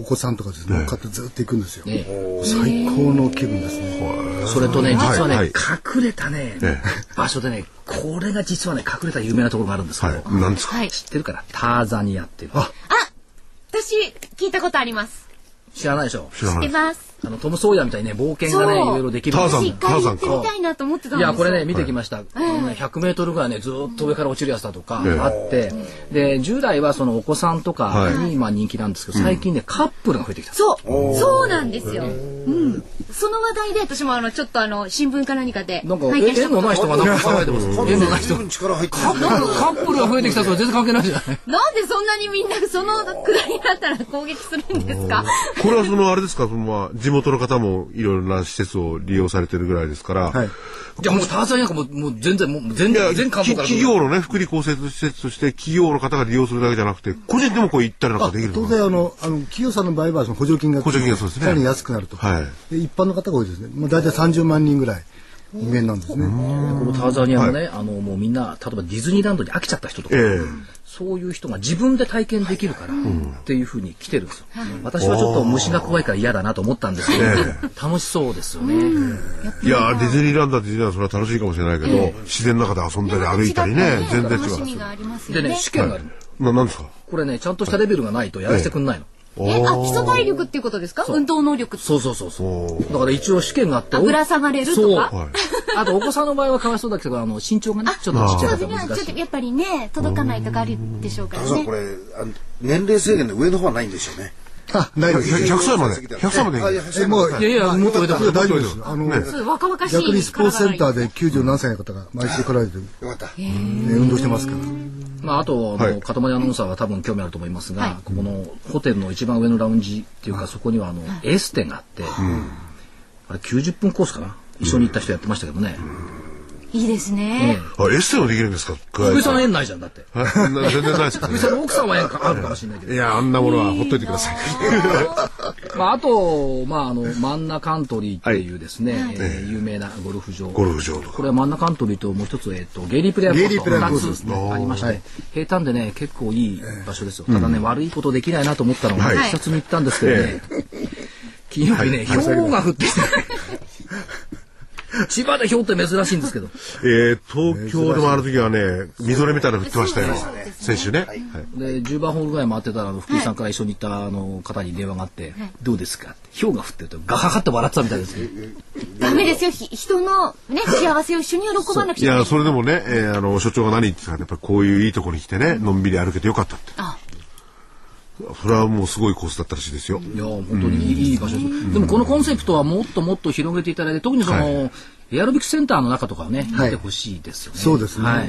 お子さんとかですね、買ってずっと行くんですよ、
え
最高の気分ですね、
う。それとね、実はね、
はい
隠れたね、
え
場所でね、これが実はね、隠れた有名なところがあるんですけど、
はい。なんですか、
はい。
知ってるから、ターザニアっていう。
私、聞いたことあります。
知らないでしょ
知ら
知っ
な
て
い。
ます。
あの、トム・ソーヤーみたいにね、冒険がね、い
そう
ろいろできるんです
ターザン
私一回行ってみたいなと思ってた
い
んですよ。
や、これね、見てきました。100メートルぐらいね、ずーっと上から落ちるやつだとか、あって、で、従来はそのお子さんとか
は
に、まあ人気なんですけど、最近ね、カップルが増えてきた。
そう、そうなんですよ。うん。その話題で私もあのちょっとあの新聞か何かで
なんか、
拝見した
縁
こ
の
と
ない人がなんか考えてます。縁のない人。
随分力入ってる
なんかカップルが増えてきたとは全然関係ないじゃない。
なんでそんなにみんなそのくだりだったら攻撃するんですか。
これはそのあれですか、そのまあ地元の方もいろいろな施設を利用されてるぐらいですから、
はいい、
じゃあもうターザンなんかもうもう全然、もう全
や
然、全
き
関門から。
企業のね、福利厚生施設として企業の方が利用するだけじゃなくて、個人でもこう行ったりなんか
あ
できるのか
当
な
然あのあの企業さんの場合はその補助金が
補助金がそうですね
さらに安くなると、
はい
で一般の方が多いですね、まあ、大体30万人ぐらい人間なんですね、
このターザニアもね、あの、もうみんな、例えばディズニーランドに飽きちゃった人とか、
え
そういう人が自分で体験できるからっていうふうに来てるんですよ。私はちょっと虫が怖いから嫌だなと思ったんですけど、楽しそうですよね。
えいやーディズニーランドはディズニーランドはそれは楽しいかもしれないけど、自然の中で遊んだり歩いたりね全然違
楽し
う
みがありますよ
で
ね。
ね、試験があるの。
ななんですか
これね、ちゃんとしたレベルがないとやらせてくんないの。
え、あ、基礎体力っていうことですか。運動能力。
そうそうそうそ
お
う。だから一応試験があって。
あぶら下がれるとか
そう
はい
あとお子さんの場合はかわいそうだけど、あの、身長がね、ちょっとちっちゃい
そ
方
うで
が
ね、
難
ち
し
ょっ
い
と。やっぱりね、届かないとかあるでしょうから
高さん
ね
こ。れあの年齢制限で上の方はないんでしょうね
あないです
100 100歳まで100歳まで
あいや
えもう
いやいや、もっと上だ
大丈夫ですあの、
そう若々しい。
逆にスポーツセンターで90何歳の方が毎週来られて、
よかった
ね運動してますから。
まあ、あと、あ
は
の、
い
かたまりアナウンサーは多分興味あると思いますが、ここのホテルの一番上のラウンジっていうか、そこには、あの、エステがあって、あれ90分コースかな一緒に行った人やってましたけどね。
いいですね。
あエステもできるんですか加
福
え
井
て
さんの縁ないじゃん、だって。
はいそ *laughs* んな全然ないですけど
福
ね
井さんの奥さんは縁かあるかもしれないけど
*laughs* い。やあんなものはほっといてください
まあ、あと、まあ、あの、マンナカントリーっていうですね、えー有名なゴルフ場。
*laughs* ゴルフ場とか
これはマンナカントリーともう一つ、えっ、と、ゲイリープレイヤーコート。
ゲイリープレイヤーコート
二
ですね
つありまして、
はい
平坦でね、結構いい場所ですよ。ただね、悪いことできないなと思ったのが、視察に行ったんですけどね、金曜日ね、
はい
氷が降ってきて、千葉で氷って珍しいんですけど、
えー、東京でもある時はねみぞれみたいなの降ってましたよ先週ねはい
で、10番ホールぐらい回ってたら、あの福井さんから一緒に行ったあの方に電話があって、どうですかって、氷が降ってると、ガハハって笑ってたみたいですけど、
ダメですよ。ひ人のね、幸せを一緒に喜ばなく
い
ちゃ。
やそれでもね、えーあの所長が何言ってたかやっぱりこういういいとこに来てねのんびり歩けてよかったって
あ
それはもうすごいコースだったらしいですよ、
いや本当にいい,、場所です、でもこのコンセプトはもっともっと広げていただいて特にその、エアロビクスセンターの中とかをね、見てほしいですよね
そうですね
はい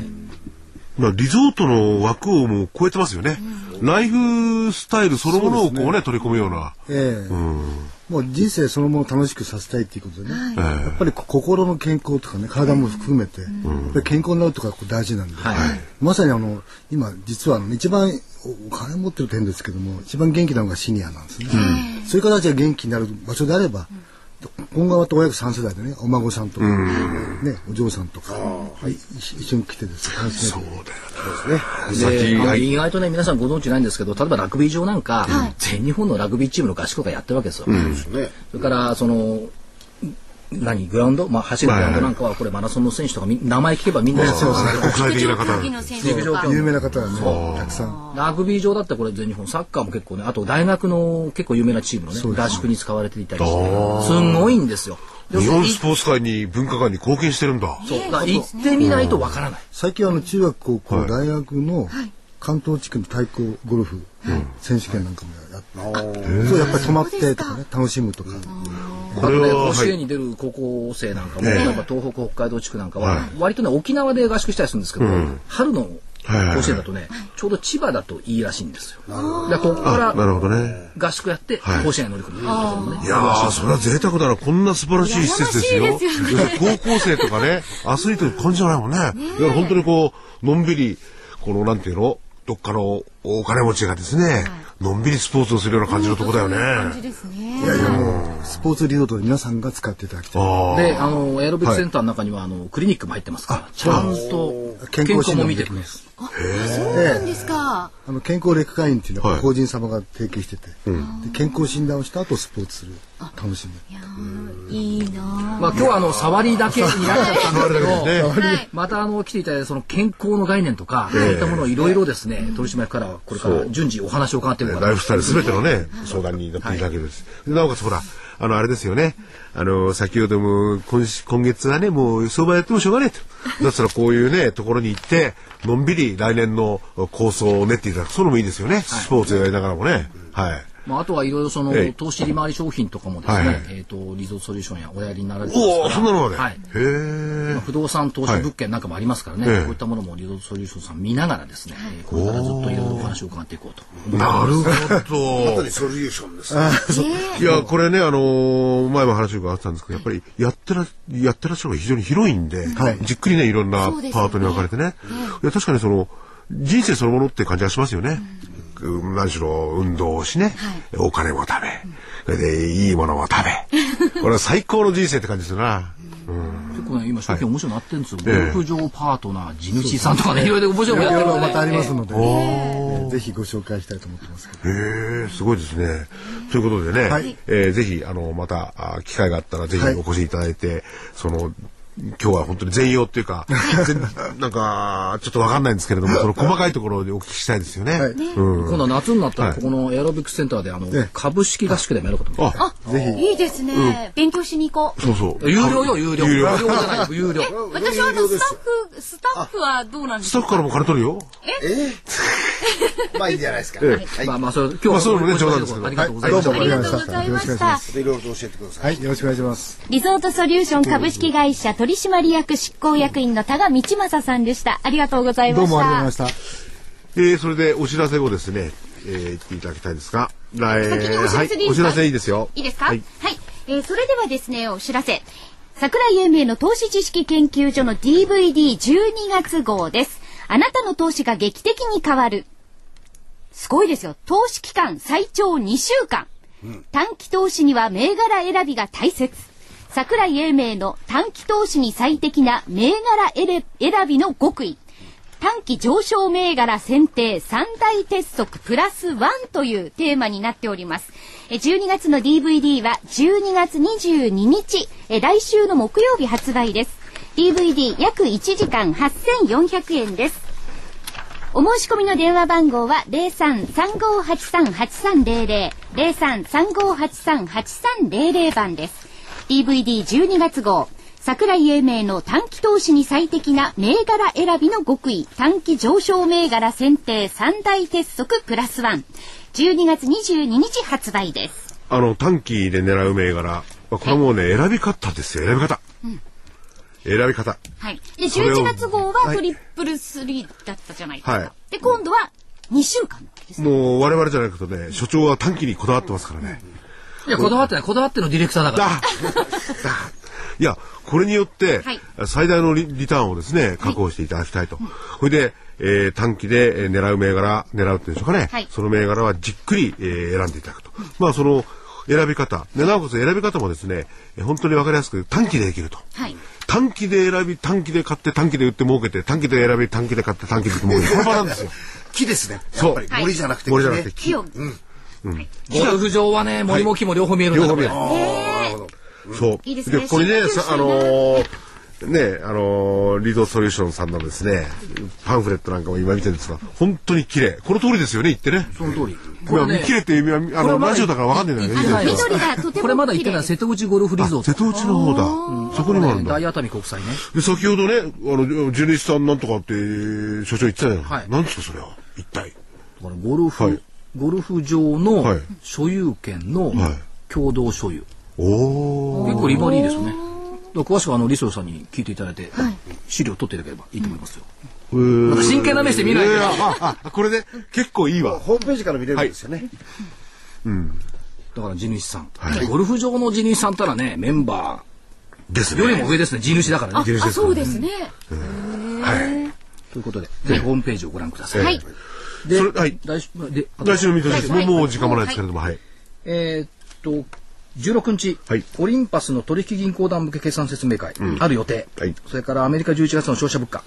まあ、リゾートの枠をもう超えてますよね、ライフスタイルそのものをこうね取り込むような、
ええもう人生そのものを楽しくさせたいっていうことでね、
え
やっ
え
ぱりこ心の健康とかね体も含めて、やっぱり健康になるとかこう大事なんで、まさにあの今実はあの一番おお金持ってる点ですけども一番元気なのがシニアなんですね、そういう形が元気になる場所であれば、今後はと親子3世代でねお孫さんとか、ね、お嬢さんとか、い一緒に来てですね楽しめる
であの意外とね皆さんご存知ないんですけど例えばラグビー場なんか、全日本のラグビーチームの合宿とかやってるわけですよ、
ね。
それからその何グラウンド、まあ、走るグラウンドなんかはこれマラソンの選手とかみ名前聞けばみんなそうです
国際的な方
競技の選手
陸上競技
有名な方がねたくさん
ラグビー場だってこれ全日本サッカーも結構ねあと大学の結構有名なチームのね合宿に使われていたりしてすんごいんですよ。で
日本
い
スポーツ界に文化界に貢献してるんだ
そうだから行ってみないとわからない。
最近あの中学高校、大学の関東地区の対抗ゴルフ選手権なんかもやって、そうやっぱり泊まってとかね楽しむとか、
これ
あとね
は、
甲子園
い、
に出る高校生なんかも、
ええ
例えば東北北海道地区なんか
は
はい割とね沖縄で合宿したりするんですけど、春の
はい
甲子園だとねちょうど千葉だといいらしいんですよ。だからここ
あ
か
な
ら
るほどね
合宿やって
はい
甲子園に乗り込むっていうところもね
いやーそれは贅沢だなこんな素晴らしい施設ですよ *laughs* 高校生とかねアスリートの感じじゃないもんねだから本当にこうのんびりこのなんていうのどっかのお金持ちがですね、のんびりスポーツをするような感じのとこだよね、
いやいやもうスポーツリゾートで皆さんが使っていただきたい
あ
で、あの、エアロビクセンターの中には、あの、クリニックも入ってますから、ちゃんと
健
健
康
康
診
も
断
見
も
て
で
く
き
れま。
ますで
ですか。
あの健康レク会員っていうの
は
はい法人様が提携してて、で健康診断をした後スポーツする楽しむ
いいな
まあ、今日はあの、触りだけになっちゃったんですけど、
ね
またあの、来ていただいたその健康の概念とか、そういったものをいろいろですね、取締役からはこれから順次お話を伺っていこうか
ライ
な
フスタイル全てのね、相談になっていただけるんです。なおかつほら、あの、あれですよね。あの、先ほども、今し今月はね、もう相場やってもしょうがないと。だったらこういうね、ところに行って、のんびり来年の構想を練っていただく。それもいいですよね。スポーツやりながらもね。はい。
まあ、あとはいろいろその
ええ、
投資利回り商品とかもです
はいはい
ね、えっと、リゾートソリューションやおやりになられてます
お
か
お、
ら
そんなのまで。
はい
へ。
ま
え
あ。不動産投資物件なんかもありますからね、
はいええ
こういったものもリゾートソリューションさん見ながらですね、えーこれからずっといろいろお話を伺っていこうと思います。
なるほど
まさ。にソリューションですね。
いや、これね、あのー前も話があったんですけど、やっぱりやってら、やってらっしゃる方が非常に広いんで、
はい
じっくりね、いろんなパートに分かれてね。いや、確かにその、人生そのものって感じがしますよね。うん何しろ運動をしね、お金も食べ、それでいいものも食べ、これは最高の人生って感じするな。
結構ね、今、商品面白いのあってるんですよ。
ええ
牧場パートナー、地主さんとかね、いろいろ面白いこと
い
やって
ろい
る
ろ
んで
ま
ね
たありますので、えーぜひご紹介したいと思ってますけど
へえ、すごいですね。ということでね、
はい
えーぜひ、あの、また、あ機会があったら、ぜひ
はい
お越しいただいて、その、今日は本当に全容っていう
*laughs*
か、全なんか、ちょっとわかんないんですけれども、その細かいところでお聞きしたいですよね。
はい
うん。
今度は夏になったら、
はい
ここのエアロビクスセンターで、あの
ええ、
株式合宿でもやることも。
あ、
いいですね。勉強しに行こう。
そうそう。
有料よ、有料。
有
有料
料
じゃない、有料。
私はあのスタッフ、スタッフはどうなんで
ス
す
タッ
か
フからも金取るよ。
まあいいんじゃないですか。
ええ
はい。
まあまあ、それ、今日
ま
は
あそれもね冗談ですけど
ありがとうござい
ど
ま
う
した
もあ。りが
あり
と
がと
うご
うござ
ざ
い
い
ま
ま
し
したたよ
いろい
ろしくお願いします
ろと教えてください。
はいよろしくお願いします
リゾートソリューション株式会社取締役執行役員の多賀道正さんでした。ありがとうございま
ど
した。
うもありがとうございました
えーそれでお知らせをですね、えー言っていただきたいですが、来、
先にお知
は
ら
い
せでいいですか、
お知らせいいですよ。
いいですか
は
はいい、。えーそれではですね、お知らせ。桜井英明の投資知識研究所の DVD12 月号です。あなたの投資が劇的に変わる。すごいですよ。投資期間最長2週間。短期投資には銘柄選びが大切。桜井英明の短期投資に最適な銘柄選び選びの極意。短期上昇銘柄選定三大鉄則プラスワンというテーマになっております。え12月の DVD は12月22日、え来週の木曜日発売です。DVD 約1時間8400円です。お申し込みの電話番号は0335838300、0335838300番です。DVD12 月号、桜井英明の短期投資に最適な銘柄選びの極意、短期上昇銘柄選定三大鉄則プラスワン。12月22日発売です。
あの、短期で狙う銘柄、まあこれはもうね、選び方ですよ、選び方。選び方。
はい。で、
それを
11月号は
はい
トリプルスリーだったじゃないですか。
はい
で、今度は2週間なわけですね。
もう我々じゃなくてね、所長は短期にこだわってますからね。
いや、こだわってない、こだわってのディレクターだから。
だだいや、これによって、
はい
最大のリリターンをですね、確保していただきたいと。これで、えー短期でえー狙う銘柄、狙うっていうんでしょうかね。
はい
その銘柄はじっくり、えー選んでいただくと。まあ、その選び方、でなおかつ選び方もですね、えー本当にわかりやすく短期でできると。
はい。
短期で選び、短期で買って、短期で売って儲けて、短期で選び、短期で買って、短期で売って儲けて。この場なんですよ。
木ですね。
そう
やっぱり森じゃなくて、
森じゃなくて
木ね。
木
木を、
ゴルフ場はね、森も木も両方見えるんだ
両方見える
あーなるほど。
そう。
いいですね
これね、
新
さ
聞
あ
紙
のーね、あのーリードソリューションさんのですね、パンフレットなんかも今見てるんですが、本当に綺麗。この通りですよね、言ってね。
その通り。
これ、綺麗って意味は、あ
これ
の、
まだ
ラジオだからわかんないんだけど、
言
見
ってな
てる
いわ
人
緑が
は
とても綺麗
これまだ行ってない、瀬戸内ゴルフリゾ
あ、瀬
ート。
戸内の方だ。そこにもあるんだ。
大熱海国際ね。
で先ほどね、あの、純烈さんなんとかって、所長言ってたじゃな。
はいい
なんですか、それは。一体。
このゴルフ、
はい
ゴルフ場の
はい
所有権の
はい
共同所有。
おー。
結構利回りいいですよね。だから詳しくはあの、リソルさんに聞いていただいて、資料を取っていただければいいと思いますよ。
えー
なんか真剣な目して見ない
い
で
やいやあ、あこれね、結構いいわ。
ホームページから見れるんですよね。
だから地主さん、
はい
ゴルフ場の地主さんったらねメンバ
です
ーより
ね。
も上ですね地主だからね。
あ、そうですね。
ということで、ぜひホームページをご覧ください。
はい。
で
それはい
来週であと
来週の見通しです。も
は
う
い
もう時間もないですけれども、はい。
えーっと16日、
はい
オリンパスの取引銀行団向け決算説明会、ある予定、
はい
それからアメリカ11月の消費者物価、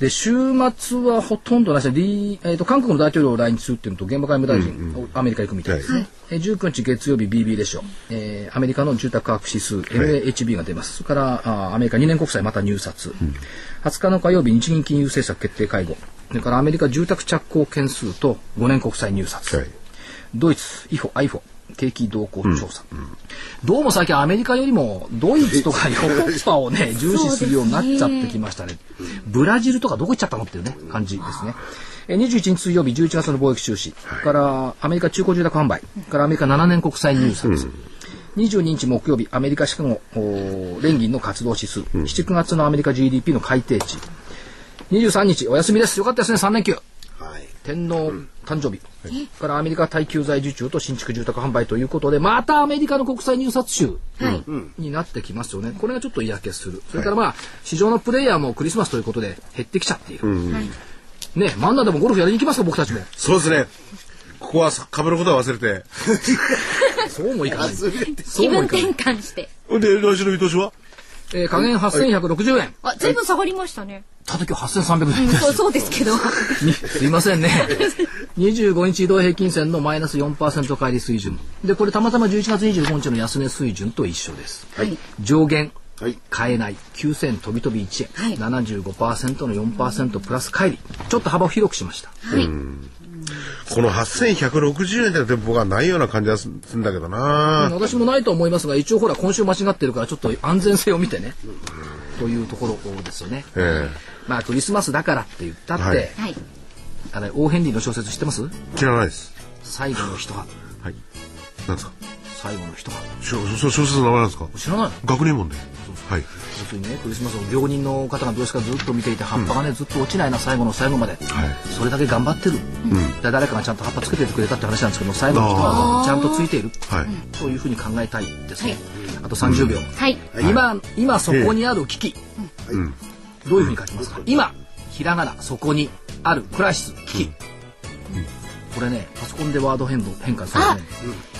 で週末はほとんどなしで、リーえーっと韓国の大統領を来日するっていうのと現場外務大臣、アメリカ行くみたいですね、えー19日月曜日 BB でしょ、えーアメリカの住宅価格指数 MAHB が出ます、それからあーアメリカ2年国債また入札、20日の火曜日日銀金融政策決定会合それからアメリカ住宅着工件数と5年国債入札、
はい
ドイツ、イフォ、アイフォ、景気動向調査、どうも最近アメリカよりもドイツとかヨーロッパをね、重視するようになっちゃってきましたね。ブラジルとかどこ行っちゃったのっていうね、感じですね。えー21日水曜日、11月の貿易収支、からアメリカ中古住宅販売、からアメリカ7年国債入札、22日木曜日、アメリカシカゴおー連銀の活動指数、7、9月のアメリカ GDP の改定値、23日、お休みです。よかったですね、3連休。
はい。
天皇誕生日、からアメリカ耐久財受注と新築住宅販売ということでまたアメリカの国債入札集になってきますよね、これがちょっと嫌気するそれからまあ市場のプレイヤーもクリスマスということで減ってきちゃっている、ねマンナでもゴルフやりに行きますか僕たちも
そうですね。ここはさ被ることは忘れて。
そうもいかない、
気分転換して。
で、来週の見通しは
えー、加減8160円
あ、ずいぶん下がりましたね。
たたき8300円
*laughs* そうそうですけど。
にすいませんね。25日移動平均線のマイナス4%乖離水準。で、これたまたま11月25日の安値水準と一緒です。上限、
はい
買えない、9000飛び飛び1円、
はい
75%の4%プラス乖離。ちょっと幅を広くしました。
この8160円ってのは僕はないような感じがするんだけどな、
私もないと思いますが、一応ほら、今週間違ってるから、ちょっと安全性を見てね。というところですよね。
え
まあ、クリスマスだからって言ったって、
はい
はい。
あれ、オーヘンリーの小説知ってます
知らないです。
最後の人は、
はい。なんですか
最後の人は。
しょそ小説の名前なんですか
知らないの
学年問で。はい。
要するにねクリスマスを病人の方が病死からずっと見ていて葉っぱがね、ずっと落ちないな最後の最後まで、
い
それだけ頑張ってる、で誰かがちゃんと葉っぱつけててくれたって話なんですけど最後の人
あ
はちゃんとついている
はい。
というふうに考えたいですね、あと30秒、
はい。
今今そこにある危機、どういうふうに書きますか、今ひらがなそこにあるクライシス危機、これねパソコンでワード変動変換するとね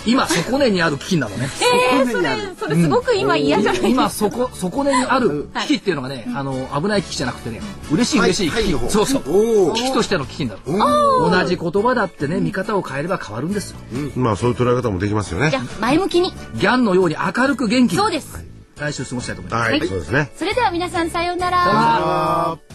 今そこねにある危機なのね
えー、それ、それすごく今嫌じゃないですか。
今そこそこにある危機っていうのがね、あの危ない危機じゃなくてね嬉しい嬉しい危機、
はいはい
そうそう
おー
危機としての危機になる同じ言葉だってね見方を変えれば変わるんですよ
まあそういう捉え方もできますよね
じゃ。あ、前向きに。
ギャンのように明るく元気に
そうです。
来週過ごしたいと思います
は。
はいい
そうですね。
それでは皆さんさようなら。
さようなら
あー